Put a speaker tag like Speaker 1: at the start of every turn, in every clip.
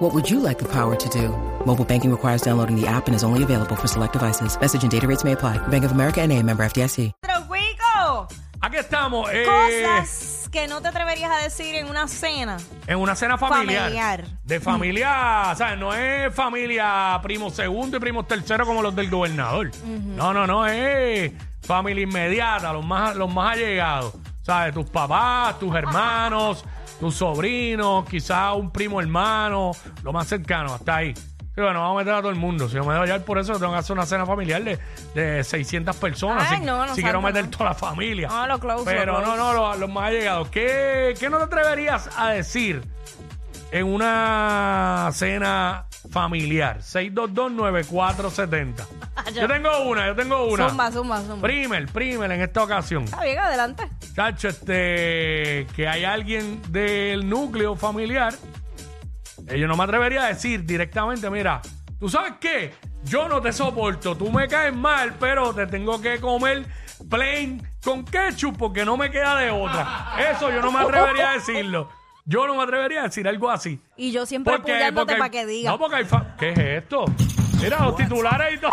Speaker 1: What would you like the power to do? Mobile banking requires downloading the app and is only available for select devices. Message and data rates may apply. Bank of America and a member FDIC.
Speaker 2: Pero, Wico,
Speaker 3: Aquí estamos. eh,
Speaker 2: cosas que no te atreverías a decir en una cena.
Speaker 3: En una cena familiar.
Speaker 2: Familiar.
Speaker 3: De familia, ¿sabes? No es familia primo segundo y primo tercero como los del gobernador. No, no, no, es familia inmediata, los más, los más allegados. ¿Sabes? Tus papás, tus hermanos, tus sobrinos, quizás un primo hermano, lo más cercano, hasta ahí. Sí, bueno, vamos a meter a todo el mundo. Si yo me dejo llevar por eso, tengo que hacer una cena familiar de, de 600 personas.
Speaker 2: Ay,
Speaker 3: si
Speaker 2: no, no
Speaker 3: si quiero
Speaker 2: salgo,
Speaker 3: meter
Speaker 2: no.
Speaker 3: toda la familia.
Speaker 2: No, lo close, lo
Speaker 3: Pero
Speaker 2: close.
Speaker 3: no, no, los, los más allegados. ¿Qué, ¿Qué no te atreverías a decir en una cena familiar? 6229470. yo tengo una, yo tengo una.
Speaker 2: Zumba, zumba, zumba.
Speaker 3: Primer, primer en esta ocasión.
Speaker 2: Está bien, adelante.
Speaker 3: Chacho, este, que hay alguien del núcleo familiar. eh, Yo no me atrevería a decir directamente, mira, ¿tú sabes qué? Yo no te soporto, tú me caes mal, pero te tengo que comer plain con ketchup porque no me queda de otra. Eso yo no me atrevería a decirlo. Yo no me atrevería a decir algo así.
Speaker 2: Y yo siempre apoyándote
Speaker 3: hay-
Speaker 2: para que digas.
Speaker 3: No, porque hay... fa- ¿Qué es esto? Mira, los titulares y todo.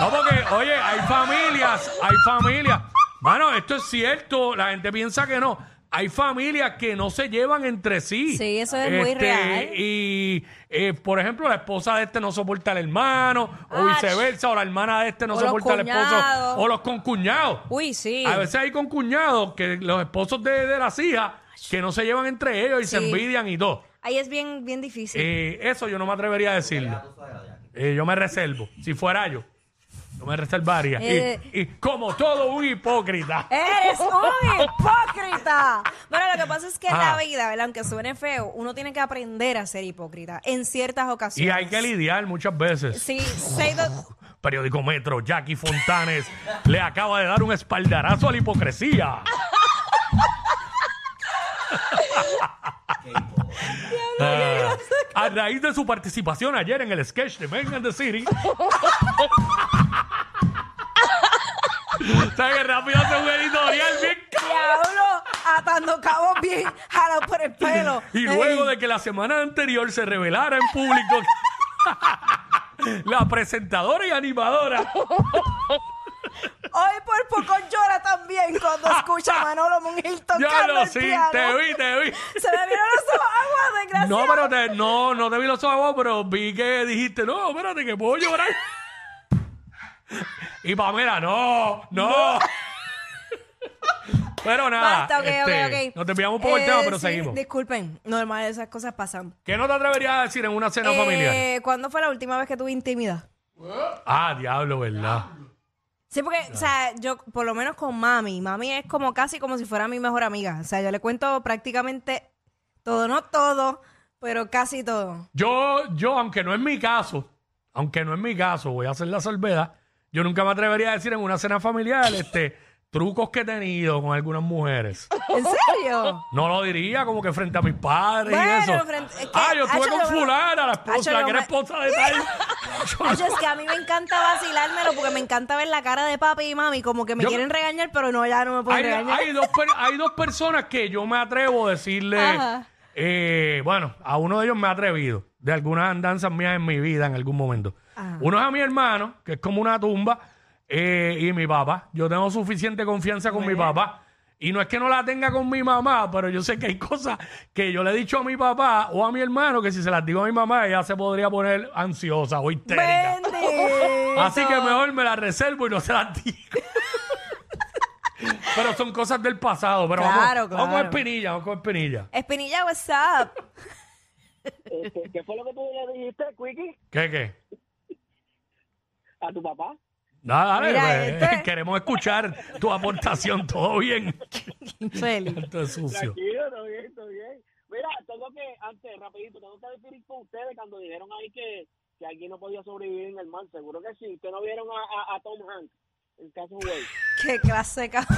Speaker 3: No, porque, oye, hay familias, hay familias. Mano, esto es cierto, la gente piensa que no. Hay familias que no se llevan entre sí. Este,
Speaker 2: Sí, eso es muy real.
Speaker 3: Y, eh, por ejemplo, la esposa de este no soporta al hermano, o
Speaker 2: Ach.
Speaker 3: viceversa, o la hermana de este no
Speaker 2: O los
Speaker 3: soporta al esposo,
Speaker 2: cuñados.
Speaker 3: o los concuñados.
Speaker 2: Uy, sí.
Speaker 3: A veces hay concuñados que los esposos de, de las hijas que no se llevan entre ellos y se
Speaker 2: Sí.
Speaker 3: envidian y todo.
Speaker 2: Ahí es bien, bien difícil.
Speaker 3: Eh, eso yo no me atrevería a decirlo. Eh, yo me reservo. Si fuera yo, yo me reservaría. Y-
Speaker 2: Eh.
Speaker 3: Y, como todo un hipócrita.
Speaker 2: ¡Eres un hipócrita! Bueno, lo que pasa es que en la
Speaker 3: Ah.
Speaker 2: vida, ¿verdad? aunque suene feo, uno tiene que aprender a ser hipócrita en ciertas
Speaker 3: Y
Speaker 2: ocasiones.
Speaker 3: hay que lidiar muchas veces.
Speaker 2: Sí, seis, dos-
Speaker 3: Periódico Metro, Jackie Fontanes le acaba de dar un espaldarazo a la hipocresía. Ah, a raíz de su participación ayer en el sketch de Men and the City. ¿Sabes que rápido hace un editorial bien
Speaker 2: Diablo, atando cabos bien jalados por el pelo.
Speaker 3: Y luego de que la semana anterior se revelara en público la presentadora y animadora
Speaker 2: Hoy por poco llora también cuando escucha a Manolo Mungil tocando
Speaker 3: Diablo,
Speaker 2: el
Speaker 3: sí,
Speaker 2: piano.
Speaker 3: te vi, te vi.
Speaker 2: Se me vieron los ojos agua,
Speaker 3: No,
Speaker 2: desgraciado.
Speaker 3: pero te, no, no te vi los ojos, pero vi que dijiste, no, espérate, que puedo llorar. Y Pamela, no, no. Pero nada,
Speaker 2: Basta, ok,
Speaker 3: este,
Speaker 2: ok, ok.
Speaker 3: nos desviamos un poco
Speaker 2: Eh,
Speaker 3: el tema, pero
Speaker 2: sí,
Speaker 3: seguimos.
Speaker 2: Disculpen, normal, esas cosas pasan.
Speaker 3: ¿Qué no te atreverías a decir en una cena familiar?
Speaker 2: Eh, ¿Cuándo fue la última vez que tuve intimidad?
Speaker 3: Ah, diablo, ¿verdad?
Speaker 2: Sí, porque, o sea, yo, por lo menos con mami, mami es como casi como si fuera mi mejor amiga. O sea, yo le cuento prácticamente todo, no todo, pero casi todo.
Speaker 3: Yo, yo, aunque no es mi caso, aunque no es mi caso, voy a hacer la salvedad. Yo nunca me atrevería a decir en una cena familiar, este, trucos que he tenido con algunas mujeres.
Speaker 2: ¿En serio?
Speaker 3: No lo diría como que frente a mis padres
Speaker 2: Bueno,
Speaker 3: y eso.
Speaker 2: frente- es que,
Speaker 3: ah, yo estuve
Speaker 2: hacho,
Speaker 3: con
Speaker 2: lo-
Speaker 3: fulana, la esposa,
Speaker 2: hacho,
Speaker 3: la
Speaker 2: lo
Speaker 3: que era
Speaker 2: me-
Speaker 3: esposa de tal. Yo
Speaker 2: Ay, es que a mí me encanta vacilármelo porque me encanta ver la cara de papi y mami como que me
Speaker 3: Yo-
Speaker 2: quieren regañar, pero no, ya no me pueden
Speaker 3: hay,
Speaker 2: regañar.
Speaker 3: hay dos per- hay dos personas que yo me atrevo a decirle.
Speaker 2: Ajá.
Speaker 3: eh, bueno, a uno de ellos me he atrevido de algunas andanzas mías en mi vida en algún momento.
Speaker 2: Ajá.
Speaker 3: Uno es a mi hermano, que es como una tumba, eh, y mi papá. Yo tengo suficiente confianza con mi papá. Y no es que no la tenga con mi mamá, pero yo sé que hay cosas que yo le he dicho a mi papá o a mi hermano que si se las digo a mi mamá, ella se podría poner ansiosa o histérica.
Speaker 2: Bendito.
Speaker 3: Así que mejor me la reservo y no se las digo. pero son cosas del pasado. Pero
Speaker 2: Claro,
Speaker 3: vamos, vamos
Speaker 2: claro.
Speaker 3: con Espinilla, vamos con Espinilla.
Speaker 2: Espinilla, what's up?
Speaker 4: Este, ¿Qué fue lo que tú le dijiste, Quickie,
Speaker 3: ¿Qué, qué?
Speaker 4: a tu papá?
Speaker 3: Nada, dale,
Speaker 2: Mira,
Speaker 3: pues,
Speaker 2: este-
Speaker 3: queremos escuchar tu aportación. Todo bien.
Speaker 2: Feli.
Speaker 3: Esto es sucio.
Speaker 4: Tranquilo, todo bien, todo bien. Mira, tengo que, antes, rapidito, tengo que definir con ustedes cuando dijeron ahí que, que alguien no podía sobrevivir en el mar. Seguro que sí. Ustedes no vieron a, a- a Tom Hanks el caso Huey.
Speaker 2: Qué clase, cabrón.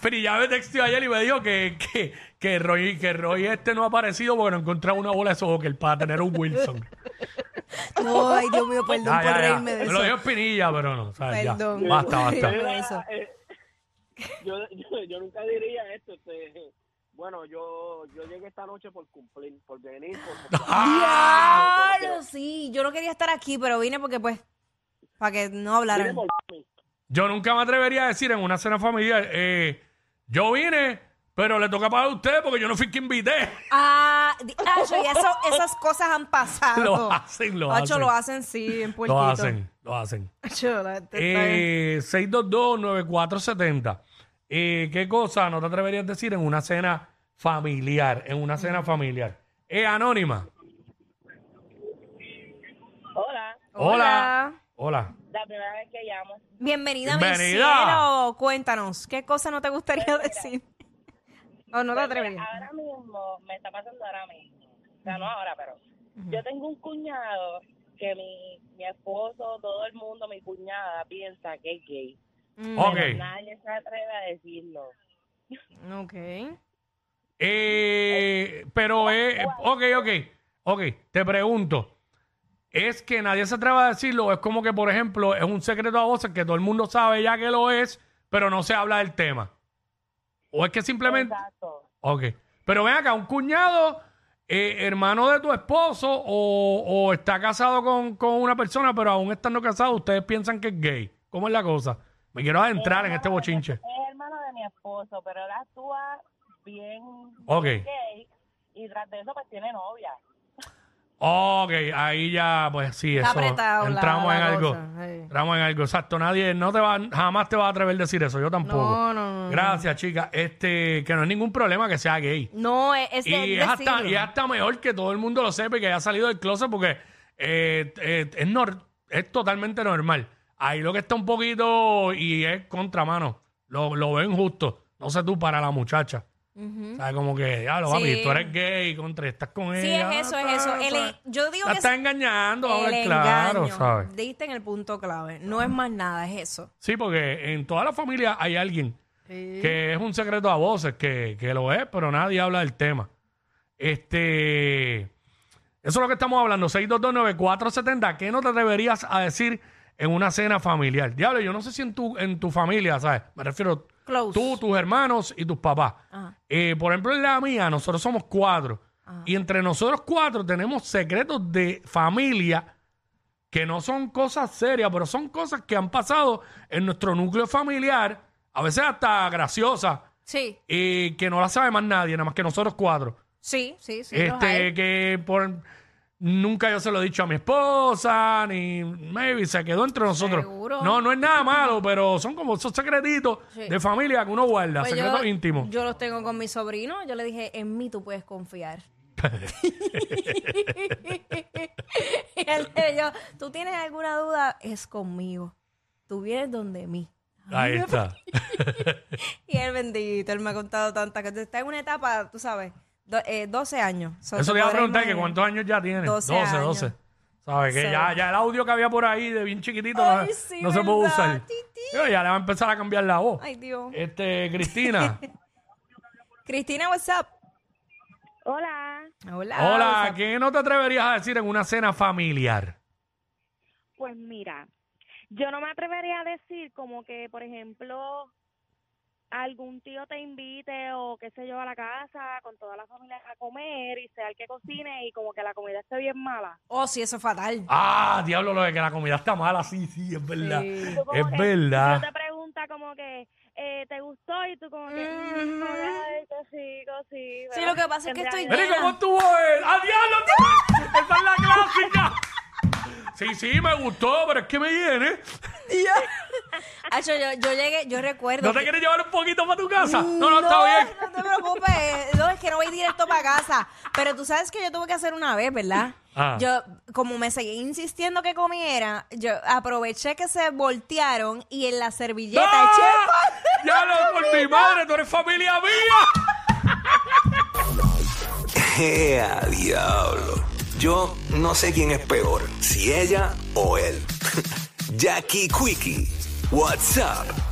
Speaker 3: Fri ya me texteó ayer y me dijo que, que, que Roy, que Roy este no ha aparecido porque no encontraba una bola de soccer para tener un Wilson.
Speaker 2: No, ay, Dios mío, perdón
Speaker 3: Ya,
Speaker 2: por
Speaker 3: ya, ya.
Speaker 2: reírme de
Speaker 3: Me
Speaker 2: eso.
Speaker 3: lo dijo Espinilla, pero no. ¿sabes? Ya.
Speaker 2: Perdón.
Speaker 3: Basta, basta.
Speaker 2: Reírme de eso.
Speaker 4: Eh, yo, yo, yo nunca diría esto. Este, bueno, yo, yo llegué esta noche por cumplir, por venir. Por, por-
Speaker 2: Diablo, sí. Yo no quería estar aquí, pero vine porque, pues, para que no
Speaker 4: Vine
Speaker 2: hablaran.
Speaker 4: por mí.
Speaker 3: Yo nunca me atrevería a decir en una cena familiar, eh, yo vine, pero le toca pagar a usted porque yo no fui quien invité.
Speaker 2: Ah, di- ah, yo, y eso- esas cosas han pasado.
Speaker 3: Lo hacen, lo
Speaker 2: Acho,
Speaker 3: hacen.
Speaker 2: Ah, lo hacen, sí, en puerquito.
Speaker 3: Lo hacen, lo hacen.
Speaker 2: Acho, la gente está bien.
Speaker 3: Eh, 622-9470. Eh, ¿Qué cosa no te atreverías a decir en una cena familiar? En una cena familiar. Eh, anónima.
Speaker 5: Hola,
Speaker 3: Hola. Hola.
Speaker 5: la primera vez que llamo.
Speaker 2: Bienvenida, mi
Speaker 3: Bienvenida.
Speaker 2: cielo. Cuéntanos, ¿qué cosa no te gustaría decir? ¿O no te atreverías?
Speaker 5: Pues Ahora mismo, me está pasando ahora mismo. O sea, no ahora, pero. Yo tengo un cuñado que mi, mi esposo, todo el mundo, mi cuñada, piensa que es gay.
Speaker 2: Mm,
Speaker 3: Ok.
Speaker 5: Nadie se atreve a decirlo.
Speaker 2: Ok.
Speaker 3: Eh, pero, eh, ok, ok. Ok, te pregunto. ¿Es que nadie se atreve a decirlo? o ¿Es como que, por ejemplo, es un secreto a voces que todo el mundo sabe ya que lo es, pero no se habla del tema? ¿O es que simplemente...
Speaker 5: Exacto.
Speaker 3: Ok. Pero ven acá, un cuñado, eh, hermano de tu esposo, o, o está casado con, con una persona, pero aún estando casado, ustedes piensan que es gay. ¿Cómo es la cosa? Me quiero adentrar en este bochinche.
Speaker 5: Es hermano de mi esposo, pero él actúa bien
Speaker 3: Ok.
Speaker 5: gay y tras de eso, pues tiene novia.
Speaker 3: Ok, ahí ya, pues sí,
Speaker 2: Está
Speaker 3: eso.
Speaker 2: apretado la-
Speaker 3: Entramos
Speaker 2: la
Speaker 3: en algo.
Speaker 2: cosa, sí.
Speaker 3: Entramos en algo. Exacto, nadie, no te va, jamás te va a atrever a decir eso, yo tampoco.
Speaker 2: No, no, no, no.
Speaker 3: Gracias, chica. Este, que no es ningún problema que sea gay.
Speaker 2: No, es, es,
Speaker 3: y,
Speaker 2: es
Speaker 3: es hasta,
Speaker 2: decirlo.
Speaker 3: y es hasta mejor que todo el mundo lo sepa y que haya salido del closet porque eh, eh, es, nor- es totalmente normal. Ahí lo que está un poquito y es contramano. Lo, lo veo injusto. No sé tú para la muchacha.
Speaker 2: Ujú.
Speaker 3: ¿Sabes? Como que, ya lo
Speaker 2: Sí.
Speaker 3: papi, tú eres gay, contra, estás con
Speaker 2: Sí,
Speaker 3: ella.
Speaker 2: es eso, es
Speaker 3: ta,
Speaker 2: eso.
Speaker 3: ta.
Speaker 2: El en- yo digo
Speaker 3: pues, la
Speaker 2: que
Speaker 3: está
Speaker 2: es
Speaker 3: engañando, ahora
Speaker 2: el
Speaker 3: claro,
Speaker 2: engaño.
Speaker 3: ¿sabes?
Speaker 2: Diste en el punto clave. No es más nada, es eso.
Speaker 3: Sí, porque en toda la familia hay alguien que es un secreto a voces, que, que lo es, pero nadie habla del tema. Este, eso es lo que estamos hablando, 6229470, ¿qué no te atreverías a decir en una cena familiar? Diablo, yo no sé si en tu, en tu familia, ¿sabes? Me refiero
Speaker 2: Close.
Speaker 3: tú, tus hermanos y tus papás.
Speaker 2: Ajá.
Speaker 3: Eh, por ejemplo, en la mía, nosotros somos cuatro.
Speaker 2: Ah.
Speaker 3: Y entre nosotros cuatro tenemos secretos de familia que no son cosas serias, pero son cosas que han pasado en nuestro núcleo familiar, a veces hasta graciosas,
Speaker 2: Sí,
Speaker 3: y que no la sabe más nadie, nada más que nosotros cuatro.
Speaker 2: sí, sí, sí. los
Speaker 3: este,
Speaker 2: hay.
Speaker 3: que por, nunca yo se lo he dicho a mi esposa, ni maybe se quedó entre nosotros.
Speaker 2: Seguro.
Speaker 3: No, no es nada malo, pero son como esos secretitos
Speaker 2: Sí.
Speaker 3: de familia que uno guarda,
Speaker 2: Pues
Speaker 3: secretos
Speaker 2: yo-
Speaker 3: íntimos.
Speaker 2: Yo los tengo con mi sobrino. Yo le dije, en mí tú puedes confiar. y él le yo, tú tienes alguna duda, es conmigo. Tú vienes donde mí.
Speaker 3: Ahí está.
Speaker 2: Y él bendito, él me ha contado tantas cosas. Está en una etapa, tú sabes, do- eh, 12 años. So,
Speaker 3: Eso
Speaker 2: te
Speaker 3: te iba
Speaker 2: podrás
Speaker 3: a preguntar que
Speaker 2: imaginar.
Speaker 3: cuántos años ya tiene.
Speaker 2: 12 años.
Speaker 3: ¿Sabes? Que
Speaker 2: So-
Speaker 3: ya, ya el audio que había por ahí de bien chiquitito
Speaker 2: Ay,
Speaker 3: no,
Speaker 2: sí,
Speaker 3: no se puede
Speaker 2: ¿verdad?
Speaker 3: usar.
Speaker 2: Ti, ti.
Speaker 3: Pero ya le va a empezar a cambiar la voz.
Speaker 2: Ay, Dios.
Speaker 3: Este, Cristina.
Speaker 2: Cristina, what's up?
Speaker 5: Hola.
Speaker 2: Hola. what's
Speaker 3: Hola,
Speaker 2: up?
Speaker 3: ¿qué no te atreverías a decir en una cena familiar?
Speaker 5: Pues mira, yo no me atrevería a decir como que, por ejemplo, algún tío te invite o qué sé yo a la casa con toda la familia a comer y sea el que cocine y como que la comida esté bien mala.
Speaker 2: Oh, sí, eso es fatal.
Speaker 3: Ah, diablo, lo de que la comida está mala. Sí, sí, es verdad.
Speaker 2: Sí.
Speaker 5: Tú como
Speaker 3: Es
Speaker 5: que-
Speaker 3: verdad.
Speaker 5: Yo te pregunta como que, eh, ¿te gustó? Y tú como que, "Mm,
Speaker 2: Ujú.
Speaker 5: ay, cosigo, sí.
Speaker 2: Sí,
Speaker 5: pero
Speaker 2: lo que pasa es que
Speaker 5: en
Speaker 2: estoy
Speaker 5: realidad-
Speaker 3: Mira, ¿y ¿cómo estuvo él? ¡Ah, diablo! tú! ¡Esa es la clásica! Sí, sí, me gustó, pero es que me llené.
Speaker 2: Acho, yo, yo llegué, yo recuerdo.
Speaker 3: ¿No te
Speaker 2: que-
Speaker 3: quieres llevar un poquito para tu casa? No, no, está bien.
Speaker 2: No te preocupes. No, es que no voy directo para casa. Pero tú sabes que yo tuve que hacer una vez, ¿verdad?
Speaker 3: Ah.
Speaker 2: Yo, como me seguí insistiendo que comiera, yo aproveché que se voltearon y en la servilleta eché
Speaker 3: ¡Ah! ¡Ya lo por mi madre! ¡Tú eres familia mía!
Speaker 6: ¡Ea, diablo! Yo no sé quién es peor, si ella o él. Jackie Quickie. What's up?